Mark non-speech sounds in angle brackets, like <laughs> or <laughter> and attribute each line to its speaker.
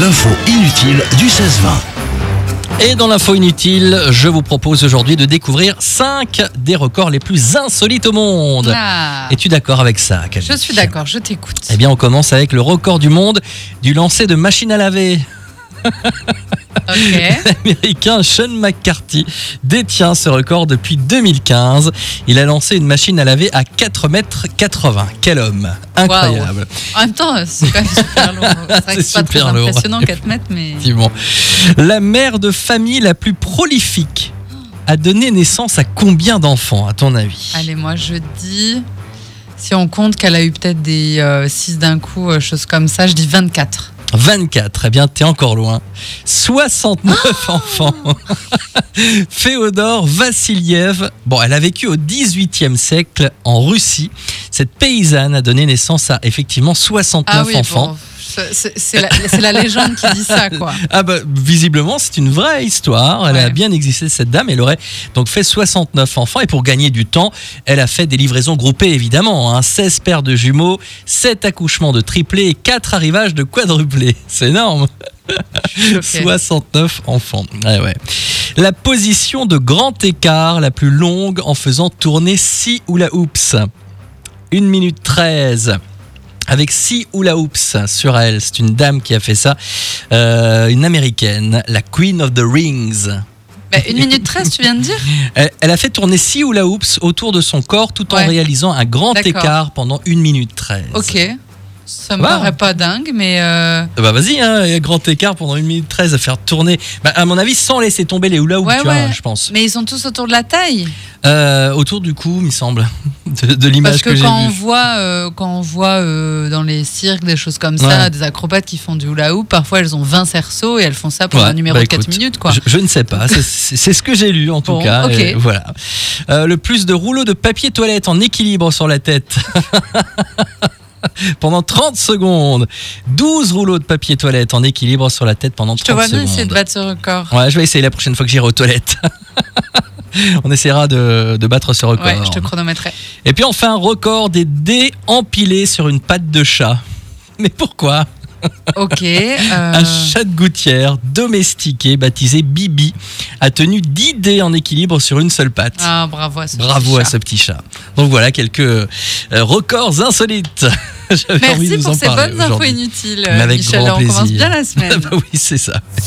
Speaker 1: l'info inutile du 16-20.
Speaker 2: Et dans l'info inutile, je vous propose aujourd'hui de découvrir 5 des records les plus insolites au monde.
Speaker 3: Ah,
Speaker 2: Es-tu d'accord avec ça, Kaji
Speaker 3: je suis d'accord, je t'écoute.
Speaker 2: Eh bien, on commence avec le record du monde du lancer de machine à laver. <laughs> ben.
Speaker 3: Ok.
Speaker 2: L'américain Sean McCarthy détient ce record depuis 2015. Il a lancé une machine à laver à 4 mètres 80. Quel homme Incroyable.
Speaker 3: En même temps, c'est
Speaker 2: <laughs>
Speaker 3: quand même super lourd. C'est vrai que
Speaker 2: C'est
Speaker 3: c'est pas très
Speaker 2: super lourd.
Speaker 3: impressionnant 4 mètres, mais.
Speaker 2: Effectivement. La mère de famille la plus prolifique a donné naissance à combien d'enfants, à ton avis
Speaker 3: Allez, moi je dis. Si on compte qu'elle a eu peut-être des 6 d'un coup, euh, choses comme ça, je dis 24.
Speaker 2: 24, eh bien t'es encore loin.
Speaker 3: Ah
Speaker 2: 69 enfants. <laughs> Féodor Vassiliev, bon, elle a vécu au 18e siècle en Russie. Cette paysanne a donné naissance à effectivement 69
Speaker 3: Ah oui,
Speaker 2: enfants.
Speaker 3: bon. c'est- C'est c'est la, c'est la légende qui dit
Speaker 2: <laughs>
Speaker 3: ça, quoi.
Speaker 2: Ah bah, visiblement, c'est une vraie histoire. Elle a
Speaker 3: Ouais.
Speaker 2: bien existé, cette dame. Elle aurait donc fait 69 enfants. Et pour gagner du temps, elle a fait des livraisons groupées, évidemment. hein. 16 paires de jumeaux, 7 accouchements de triplés et 4 arrivages de quadruplés. C'est énorme.
Speaker 3: Je suis choquée.
Speaker 2: 69 enfants. Ah Ouais, ouais. La position de grand écart la plus longue en faisant tourner 6 hula hoops. 1 minute 13. Avec 6 hula hoops sur elle. C'est une dame qui a fait ça. Euh, une américaine, la Queen of the Rings.
Speaker 3: Bah, une minute 13, tu viens de dire
Speaker 2: Elle, elle a fait tourner 6 hula hoops autour de son corps tout en
Speaker 3: Ouais.
Speaker 2: réalisant un grand
Speaker 3: D'accord.
Speaker 2: écart pendant 1 minute 13.
Speaker 3: Ok. Ça me
Speaker 2: Wow.
Speaker 3: paraît pas dingue, mais. euh,
Speaker 2: Ah Bah vas-y, hein, grand écart pendant 1 minute 13 à faire tourner. Bah, à mon avis, sans laisser tomber les hula hoops,
Speaker 3: Ouais,
Speaker 2: tu vois, hein,
Speaker 3: ouais.
Speaker 2: je pense.
Speaker 3: Mais ils sont tous autour de la taille.
Speaker 2: Euh, autour du cou, il me semble, de, de
Speaker 3: Parce
Speaker 2: l'image
Speaker 3: que,
Speaker 2: que, j'ai
Speaker 3: quand, on
Speaker 2: vue.
Speaker 3: voit, euh, quand on voit euh, dans les cirques des choses comme
Speaker 2: Ouais.
Speaker 3: ça, des acrobates qui font du hula hoop, parfois elles ont 20 cerceaux et elles font ça pour
Speaker 2: Ouais,
Speaker 3: un numéro
Speaker 2: bah,
Speaker 3: 4
Speaker 2: écoute,
Speaker 3: minutes. Quoi.
Speaker 2: Je, je ne sais pas, c'est- c'est c'est ce que j'ai lu en tout
Speaker 3: Bon,
Speaker 2: cas.
Speaker 3: ok.
Speaker 2: et voilà. Euh, le plus de rouleaux de papier toilette en équilibre sur la tête. <laughs> pendant 30 secondes. 12 rouleaux de papier toilette en équilibre sur la tête pendant
Speaker 3: Je te
Speaker 2: 30
Speaker 3: vois bien
Speaker 2: secondes.
Speaker 3: essayer de battre ce record.
Speaker 2: Ouais, je vais essayer la prochaine fois que j'irai aux toilettes. <laughs> On essaiera de, de battre ce record.
Speaker 3: Ouais, je
Speaker 2: <laughs>
Speaker 3: te chronométrerai.
Speaker 2: Et puis enfin, record des dés empilés sur une patte de chat. Mais pourquoi
Speaker 3: Ok. euh,
Speaker 2: Un chat de gouttière domestiqué, baptisé Bibi, a tenu 10 dés en équilibre sur une seule patte.
Speaker 3: Ah, bravo à ce
Speaker 2: Bravo
Speaker 3: petit
Speaker 2: à
Speaker 3: chat.
Speaker 2: ce petit chat. Donc voilà quelques euh, records insolites. <laughs> J'avais envie de
Speaker 3: Merci
Speaker 2: vous
Speaker 3: pour
Speaker 2: en
Speaker 3: ces
Speaker 2: parler
Speaker 3: bonnes
Speaker 2: <laughs>
Speaker 3: infos
Speaker 2: aujourd'hui.
Speaker 3: inutiles,
Speaker 2: Mais avec
Speaker 3: Michel.
Speaker 2: grand
Speaker 3: on commence
Speaker 2: plaisir. <laughs>
Speaker 3: bien la semaine.
Speaker 2: Bah oui, c'est ça.